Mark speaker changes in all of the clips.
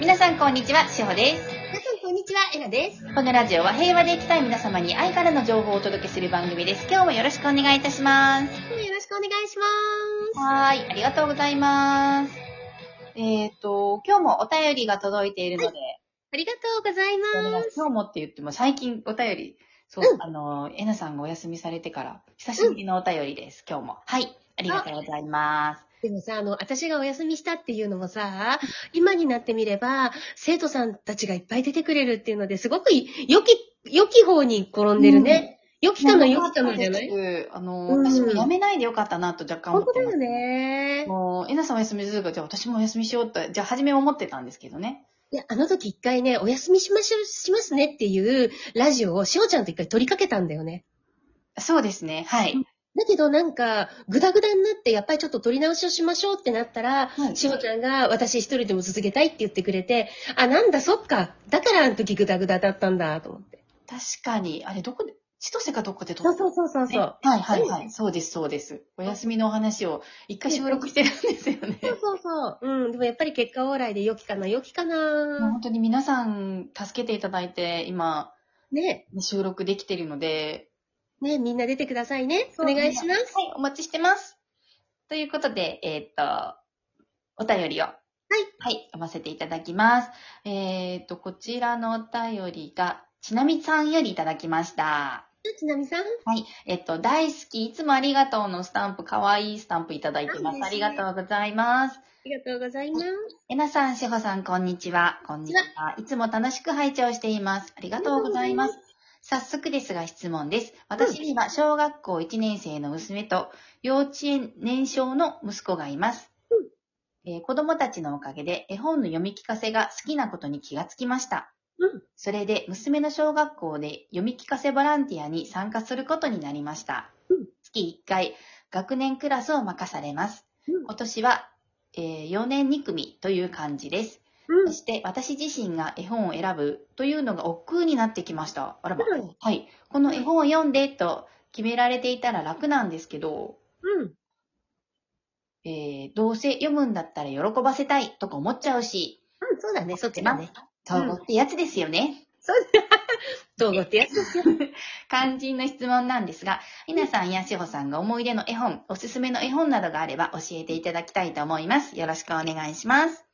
Speaker 1: 皆さんこんにちは、しほです。
Speaker 2: 皆さん、こんにちは。えなです。
Speaker 1: このラジオは平和で生きたい皆様に愛からの情報をお届けする番組です。今日もよろしくお願いいたします。
Speaker 2: 今日もよろしくお願いしま
Speaker 1: はーい、ありがとうございます。えっ、と、今日もお便りが届いているので、
Speaker 2: す。ありがとうござい
Speaker 1: お願
Speaker 2: ま
Speaker 1: い
Speaker 2: す。
Speaker 1: 今日もって言っても最近お便り、そう、
Speaker 2: う
Speaker 1: あの、えなさんがお休みされてから、久しぶりのお便りです、今日も。はい、ありがとうございます。
Speaker 2: でもさ、あの、私がお休みしたっていうのもさ、今になってみれば、生徒さんたちがいっぱい出てくれるっていうので、すごくい良き、良き方に転んでるね。良きかの良きかのじゃない
Speaker 1: いあの、
Speaker 2: うん
Speaker 1: 私も辞めないでよかったなと若干思
Speaker 2: 本
Speaker 1: って
Speaker 2: 当
Speaker 1: ま
Speaker 2: だ
Speaker 1: す
Speaker 2: よね。
Speaker 1: もう、えなさんお休みするから、じゃあ私もお休みしようって、じゃあ初め思ってたんですけどね。
Speaker 2: いや、あの時一回ね、お休みしましょ、しますねっていうラジオを、しおちゃんと一回取りかけたんだよね。
Speaker 1: そうですね、はい。
Speaker 2: だけどなんか、ぐだぐだになって、やっぱりちょっと取り直しをしましょうってなったら、
Speaker 1: はい
Speaker 2: しおちゃんが私一人でも続けたいって言ってくれて、あ、なんだ、そっか。だからあの時グダグダだったんだ、と思って。
Speaker 1: 確かに、あれどこで、千歳かどっかで撮
Speaker 2: そう
Speaker 1: った
Speaker 2: そうそうそう。
Speaker 1: ね
Speaker 2: そう
Speaker 1: はいはいはい。そうです、そうです。お休みのお話を一回収録してるんですよね。
Speaker 2: そうそうそう。うん、でもやっぱり結果往来で良きかな、良きか
Speaker 1: もう
Speaker 2: な。
Speaker 1: 本当に皆さん助けていただいて、今、
Speaker 2: ね、
Speaker 1: 収録できてるので、
Speaker 2: ね、みんな出てくださいね。お
Speaker 1: そう
Speaker 2: 願いします。。
Speaker 1: はい、お待ちしてます。ということで、えーっと、お便りを。はいはい、読ませていただきます。えーっと、こちらのお便りが、ちなみさんよりいただきました。
Speaker 2: ちなみさん。
Speaker 1: はい。えっと、大好き、いつもありがとうのスタンプ、かわいいスタンプいただいてます。あ
Speaker 2: あ嬉し
Speaker 1: り
Speaker 2: い
Speaker 1: がとうございます。
Speaker 2: ありがとうございます。
Speaker 1: えなさん、しほさん、こんにちは。こんにちは。いつも楽しく拝聴しています。ありがとうございます。早速ですが質問です。私には小学校1年生の娘と幼稚園年少の息子がいます。えー子供たちのおかげで絵本の読み聞かせが好きなことに気がつきました。
Speaker 2: うん
Speaker 1: それで娘の小学校で読み聞かせボランティアに参加することになりました。
Speaker 2: うん
Speaker 1: 月1回学年クラスを任されます。
Speaker 2: うん
Speaker 1: 今年は、え4年2組という感じです。
Speaker 2: う
Speaker 1: そして私自身が絵本を選ぶというのが億劫になってきました。あらば。
Speaker 2: うん
Speaker 1: はい。この絵本を読んでと決められていたら楽なんですけど、
Speaker 2: ん。うん。
Speaker 1: えー、どうせ読むんだったら喜ばせたいとか思っちゃうし、
Speaker 2: うん、そうだね、そっちだね。
Speaker 1: 統合ってやつですよね。
Speaker 2: どうぞってやつですよ。
Speaker 1: 肝心の質問なんですが、ひなさんやしほさんが思い出の絵本、おすすめの絵本などがあれば教えていただきたいと思います。よろしくお願いします。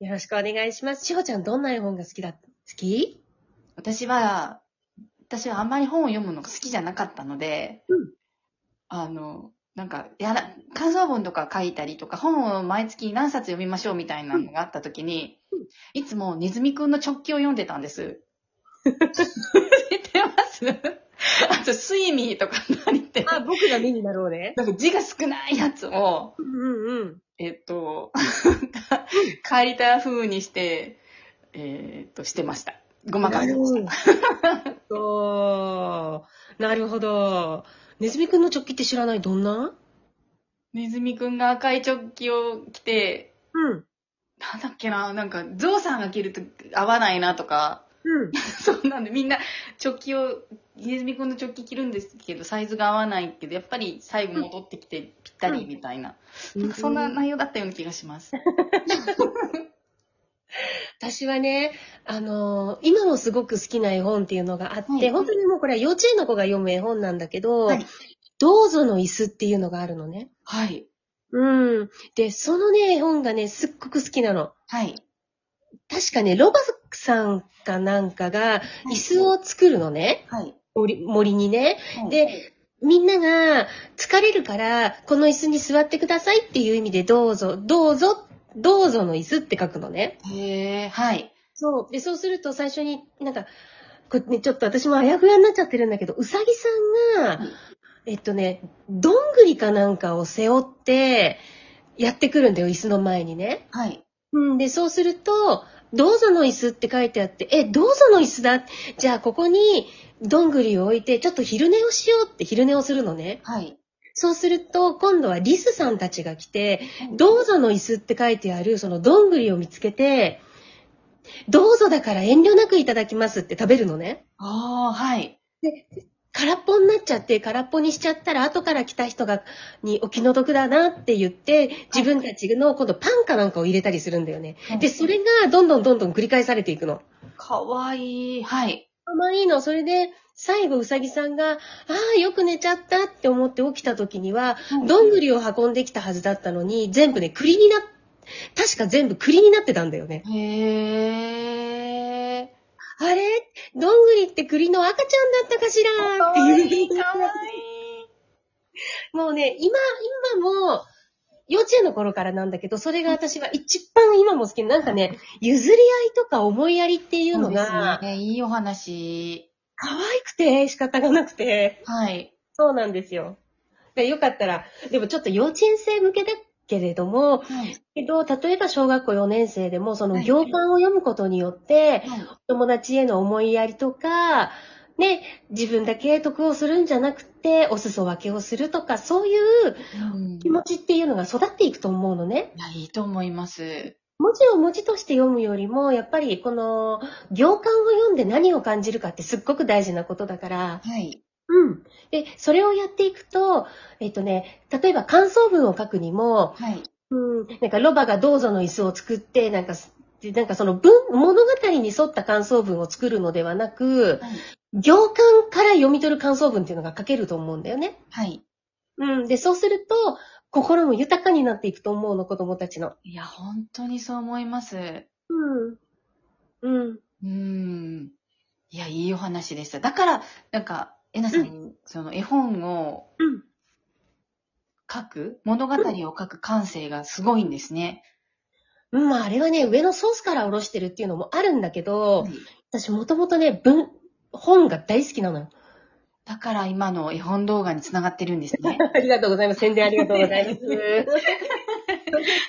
Speaker 2: よろしくお願いします。しほちゃん、どんな絵本が好きだ好き
Speaker 1: 私は、私はあんまり本を読むのが好きじゃなかったので、
Speaker 2: うん
Speaker 1: あの、なんか、やら、感想文とか書いたりとか、本を毎月何冊読みましょうみたいなのがあった時に、
Speaker 2: うん
Speaker 1: いつもネズミくんの直球を読んでたんです。知ってますあと、睡眠とか何って、
Speaker 2: あ、僕が目になろうね。
Speaker 1: なんか字が少ないやつを、
Speaker 2: うんうんうん。
Speaker 1: えっと、 借りた風にして、えーっと、してました。ごまかしてました。
Speaker 2: そう。なるほど。ネズミくんの直帰って知らないどんな
Speaker 1: ネズミくんが赤いチョッキを着て、
Speaker 2: うん。
Speaker 1: なんだっけな、なんか、ゾウさんが着ると合わないなとか、
Speaker 2: うん。
Speaker 1: そうなんで、みんな、チョッキを、ネズミくんのチョッキ着るんですけど、サイズが合わないけど、やっぱり最後戻ってきてぴったりみたいな、なんかそんな内容だったような気がします。
Speaker 2: 私はね、あのー今もすごく好きな絵本っていうのがあって、
Speaker 1: はい
Speaker 2: 本当にもうこれは幼稚園の子が読む絵本なんだけど、
Speaker 1: はい
Speaker 2: どうぞの椅子っていうのがあるのね。
Speaker 1: はい。
Speaker 2: うん。で、そのね、絵本がね、すっごく好きなの。
Speaker 1: はい。
Speaker 2: 確かね、ロバさんかなんかが、椅子を作るのね。
Speaker 1: はい。
Speaker 2: 森森にね。
Speaker 1: はい、
Speaker 2: で、みんなが疲れるから、この椅子に座ってくださいっていう意味で、どうぞ、どうぞ、どうぞの椅子って書くのね。
Speaker 1: へえ、はい。
Speaker 2: そう。で、そうすると最初になんか、これね、ちょっと私もあやふやになっちゃってるんだけど、うさぎさん
Speaker 1: は
Speaker 2: が
Speaker 1: い、
Speaker 2: えっとね、どんぐりかなんかを背負って、やってくるんだよ、椅子の前にね。
Speaker 1: はい。
Speaker 2: うん、で、そうすると、どうぞの椅子って書いてあって、え、どうぞの椅子だ。じゃあ、ここに、どんぐりを置いて、ちょっと昼寝をしようって昼寝をするのね。
Speaker 1: はい。
Speaker 2: そうすると、今度はリスさんたちが来て、どうぞの椅子って書いてある、そのどんぐりを見つけて、どうぞだから遠慮なくいただきますって食べるのね。
Speaker 1: ああ、はい。
Speaker 2: 空っぽになっちゃって、空っぽにしちゃったら、後から来た人が、にお気の毒だなって言って、自分たちの今度パンかなんかを入れたりするんだよね。で、それがどんどんどんどん繰り返されていくの。
Speaker 1: かわいい。はい。
Speaker 2: まあいいの。それで、最後、うさぎさんが、ああ、よく寝ちゃったって思って起きた時には、どんぐりを運んできたはずだったのに、全部ね、栗になっ、確か全部栗になってたんだよね。
Speaker 1: へー。
Speaker 2: あれどんぐりって栗の赤ちゃんだったかしらっていう。もうね、今、今も、幼稚園の頃からなんだけど、それが私は一番今も好き。なんかね、譲り合いとか思いやりっていうのが、
Speaker 1: ね、いいお話。
Speaker 2: 可愛くて仕方がなくて。
Speaker 1: はい。
Speaker 2: そうなんですよ。でよかったら、でもちょっと幼稚園生向けだけれども、
Speaker 1: はい。
Speaker 2: けど、例えば小学校4年生でも、そ
Speaker 1: は
Speaker 2: の
Speaker 1: い
Speaker 2: 行間を読むことによって、友達への思いやりとか、ね、自分だけ得をするんじゃなくて、お裾分けをするとか、そういう
Speaker 1: うん
Speaker 2: 気持ちっていうのが育っていくと思うのね。
Speaker 1: いや、いいと思います。
Speaker 2: 文字を文字として読むよりも、やっぱりこの行間を読んで何を感じるかってすっごく大事なことだから、
Speaker 1: はい。
Speaker 2: うん。で、それをやっていくと、えっとね、例えば感想文を書くにも、
Speaker 1: はい。
Speaker 2: うん、なんかロバがどうぞの椅子を作って、なんかす、でなんかその文、物語に沿った感想文を作るのではなく、
Speaker 1: はい
Speaker 2: 行間から読み取る感想文っていうのが書けると思うんだよね。
Speaker 1: はい。
Speaker 2: うん。で、そうすると、心も豊かになっていくと思うの、子供たちの。
Speaker 1: いや、本当にそう思います。
Speaker 2: うん。うん。
Speaker 1: うん。いや、いいお話でした。だから、なんか、えなさん、その絵本を
Speaker 2: うん。
Speaker 1: 書く、物語を書く感性がすごいんですね。
Speaker 2: うん、まあ、あれはね、上のソースからおろしてるっていうのもあるんだけど、私もともとね、文、本が大好きなのよ。
Speaker 1: だから今の絵本動画につながってるんですね。
Speaker 2: ありがとうございます。宣伝ありがとうござい ます。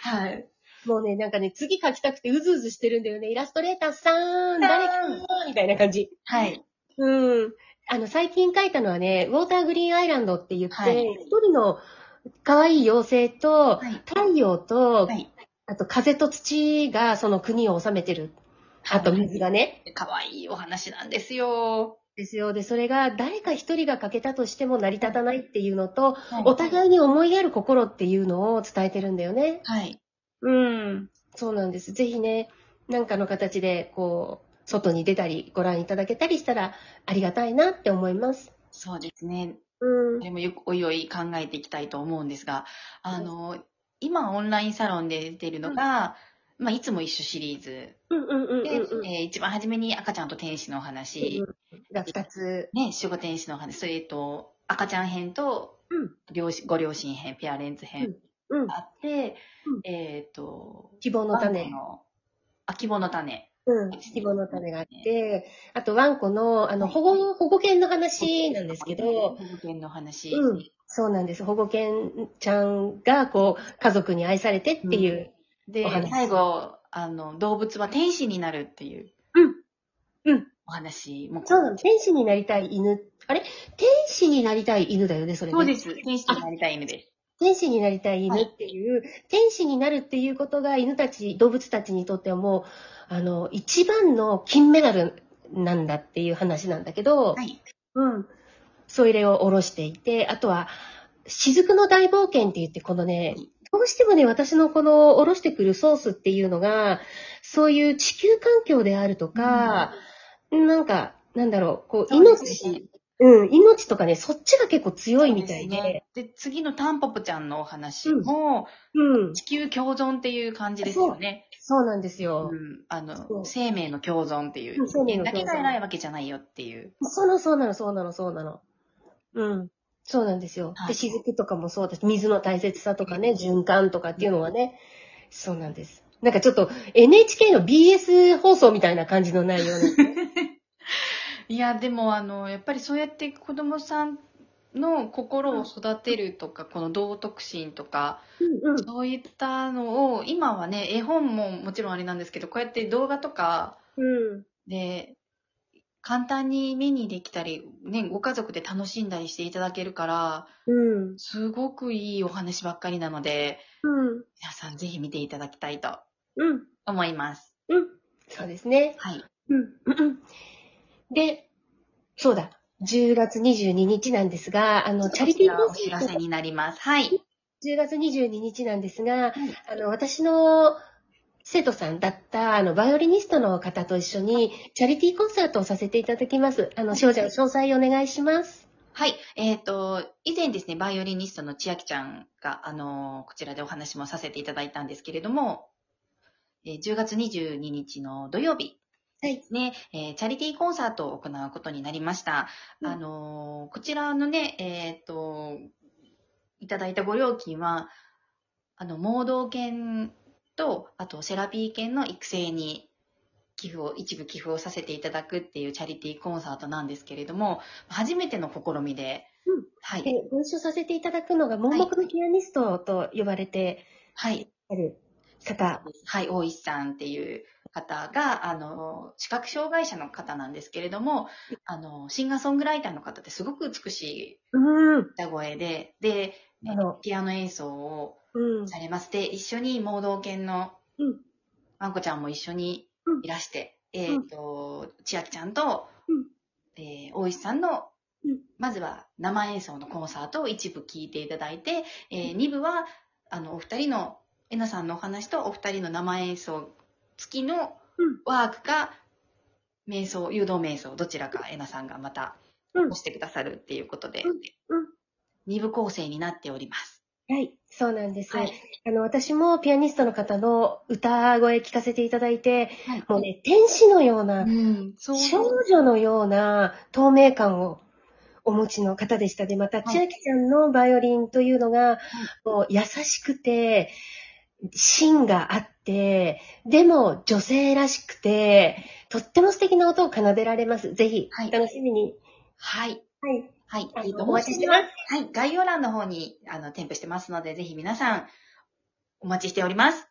Speaker 1: はい。
Speaker 2: もうね、なんかね、次書きたくてうずうずしてるんだよね。イラストレーターさーん、誰かなーみたいな感じ。
Speaker 1: はい。
Speaker 2: うん。あの、最近書いたのはね、ウォーターグリーンアイランドって言って、一、
Speaker 1: はい
Speaker 2: 人の可愛い妖精と、
Speaker 1: はい。
Speaker 2: 太陽と、
Speaker 1: はい。
Speaker 2: あと風と土がその国を治めてる。あと水がね。
Speaker 1: かわいいお話なんですよ。
Speaker 2: ですよ。で、それが誰か一人が欠けたとしても成り立たないっていうのと、お
Speaker 1: お互い。
Speaker 2: 互いに思いやる心っていうのを伝えてるんだよね。
Speaker 1: はい。
Speaker 2: うん。そうなんです。ぜひね、なんかの形で、こう、外に出たり、ご覧いただけたりしたら、ありがたいなって思います。
Speaker 1: そうですね。
Speaker 2: うん
Speaker 1: こ。れもよくおいおい考えていきたいと思うんですが、あの、今オンラインサロンで出てるのが、まあ、いつも一緒シリーズ。
Speaker 2: うんうんうん
Speaker 1: で、
Speaker 2: うんうん。
Speaker 1: えー一番初めに赤ちゃんと天使のお話、
Speaker 2: が二つ。
Speaker 1: ね、守護天使のお話、それと赤ちゃん編と、
Speaker 2: うん
Speaker 1: 両親ご両親編、ペアレンツ編
Speaker 2: うん。
Speaker 1: あって、
Speaker 2: うん
Speaker 1: えっ、と、
Speaker 2: 希望の
Speaker 1: ワン
Speaker 2: 種
Speaker 1: コ。の。あ、希望の種。
Speaker 2: うん。希望の種があっ
Speaker 1: そう
Speaker 2: て、あと、ワンコの、あの、
Speaker 1: はい
Speaker 2: 保護、保護犬の話なんですけど、
Speaker 1: 保護犬の話。
Speaker 2: うん。そうなんです。保護犬ちゃんが、こう、家族に愛されてっていう。
Speaker 1: で
Speaker 2: お話、
Speaker 1: 最後、あの、動物は天使になるっていう。
Speaker 2: うんうん
Speaker 1: お話も。
Speaker 2: そうなの。天使になりたい犬。あれ天使になりたい犬だよね、それね
Speaker 1: そうです。天使になりたい犬です。
Speaker 2: 天使になりたい犬っていう、天使になるっていうことが犬たち、動物たちにとってはもう、あの、一番の金メダルなんだっていう話なんだけど、
Speaker 1: はい。
Speaker 2: うん。それを下ろしていて、あとは、雫の大冒険って言って、このね、どうしてもね、私のこの下ろしてくるソースっていうのが、そういう地球環境であるとか、なんか、なんだろう、こう、
Speaker 1: そうですね
Speaker 2: 命、うん、命とかね、そっちが結構強いみたいで、
Speaker 1: そうすね。で、次のタンポポちゃんのお話も、
Speaker 2: うん、
Speaker 1: 地球共存っていう感じですよね。
Speaker 2: そうなんですよ。
Speaker 1: うん。あ
Speaker 2: そ
Speaker 1: の、
Speaker 2: う
Speaker 1: 生命の共存っていうう。
Speaker 2: ん生命
Speaker 1: 人
Speaker 2: の
Speaker 1: 間だ
Speaker 2: 共存
Speaker 1: けが偉いわけじゃないよっていう。
Speaker 2: そうなの、そうなの、そうなの、そうなの。うん。そうなんですよ。
Speaker 1: はい
Speaker 2: で、雫とかもそうだし、水の大切さとかね、循環とかっていうのはね、そうなんです。なんかちょっと NHK の BS 放送みたいな感じの内容なんですね。
Speaker 1: いや、でも、あの、やっぱりそうやって子供さんの心を育てるとか、この道徳心とか、
Speaker 2: うんうん。
Speaker 1: そういったのを、今はね、絵本ももちろんあれなんですけど、こうやって動画とか
Speaker 2: うん。
Speaker 1: で、簡単に目にできたり、ね、ご家族で楽しんだりしていただけるから、
Speaker 2: うん。
Speaker 1: すごくいいお話ばっかりなので、
Speaker 2: うん。
Speaker 1: 皆さんぜひ見ていただきたいと
Speaker 2: うん。
Speaker 1: 思います。
Speaker 2: うん。そうですね。
Speaker 1: はい。
Speaker 2: うん。うんで、そうだ。 10月22日なんですが、あの、チャリティー
Speaker 1: こちらお知らせになります。はい。
Speaker 2: 10月22日なんですが、
Speaker 1: はい
Speaker 2: あの、私の生徒さんだった、あの、バイオリニストの方と一緒に、チャリティーコンサートをさせていただきます。あの、少女の詳細お願いします。
Speaker 1: はい。えっ、と、以前ですね、バイオリニストの千秋ちゃんが、あのーこちらでお話もさせていただいたんですけれども、えー10月22日の土曜日
Speaker 2: はい。
Speaker 1: ね、えーチャリティーコンサートを行うことになりました。
Speaker 2: うん
Speaker 1: あのーこちらのね、えっ、と、いただいたご料金は、あの、盲導犬と、あと、セラピー犬の育成に寄付を、一部寄付をさせていただくっていうチャリティーコンサートなんですけれども、初めての試みで、
Speaker 2: うん
Speaker 1: はい、
Speaker 2: で、ご一緒させていただくのが、盲目のピアニストと呼ばれて
Speaker 1: はい、
Speaker 2: ある方。
Speaker 1: はい、大石さんっていう方が、あの、視覚障害者の方なんですけれども、あの、シンガーソングライターの方ってすごく美しい
Speaker 2: うん。
Speaker 1: 歌声で、で、
Speaker 2: あの、
Speaker 1: ピアノ演奏を
Speaker 2: うん。
Speaker 1: されまして、一緒に盲導犬の
Speaker 2: うん
Speaker 1: まんこちゃんも一緒に
Speaker 2: うん
Speaker 1: いらして、えっ、と、千秋ちゃんと、
Speaker 2: うん
Speaker 1: えー大石さんの、
Speaker 2: うん
Speaker 1: まずは生演奏のコンサートを一部聞いていただいて、えー二部は、あの、お二人の、えなさんのお話とお二人の生演奏付きの
Speaker 2: うん
Speaker 1: ワークか、瞑想、誘導瞑想、どちらかえなさんがまた、
Speaker 2: うん
Speaker 1: してくださるっていうことで、
Speaker 2: うんうん
Speaker 1: 二部構成になっております。
Speaker 2: はい、そうなんです。
Speaker 1: はい
Speaker 2: あの、私もピアニストの方の歌声聞かせていただいて、
Speaker 1: はい
Speaker 2: もうね、天使のような、
Speaker 1: うん、そ
Speaker 2: 少女のような透明感をお持ちの方でした。で、また、
Speaker 1: はい
Speaker 2: 千秋ちゃんのバイオリンというのが、もう優しくて、芯があって、でも女性らしくて、とっても素敵な音を奏でられます。ぜひ
Speaker 1: は、い
Speaker 2: 楽しみに。
Speaker 1: はい。
Speaker 2: はい。
Speaker 1: はい。
Speaker 2: あの
Speaker 1: えっと、
Speaker 2: お
Speaker 1: お
Speaker 2: 待
Speaker 1: 待ち
Speaker 2: ちし
Speaker 1: してて
Speaker 2: ま
Speaker 1: ますす。はい。概要欄の方に、あの、添付してますので、ぜひ皆さん、お待ちしております。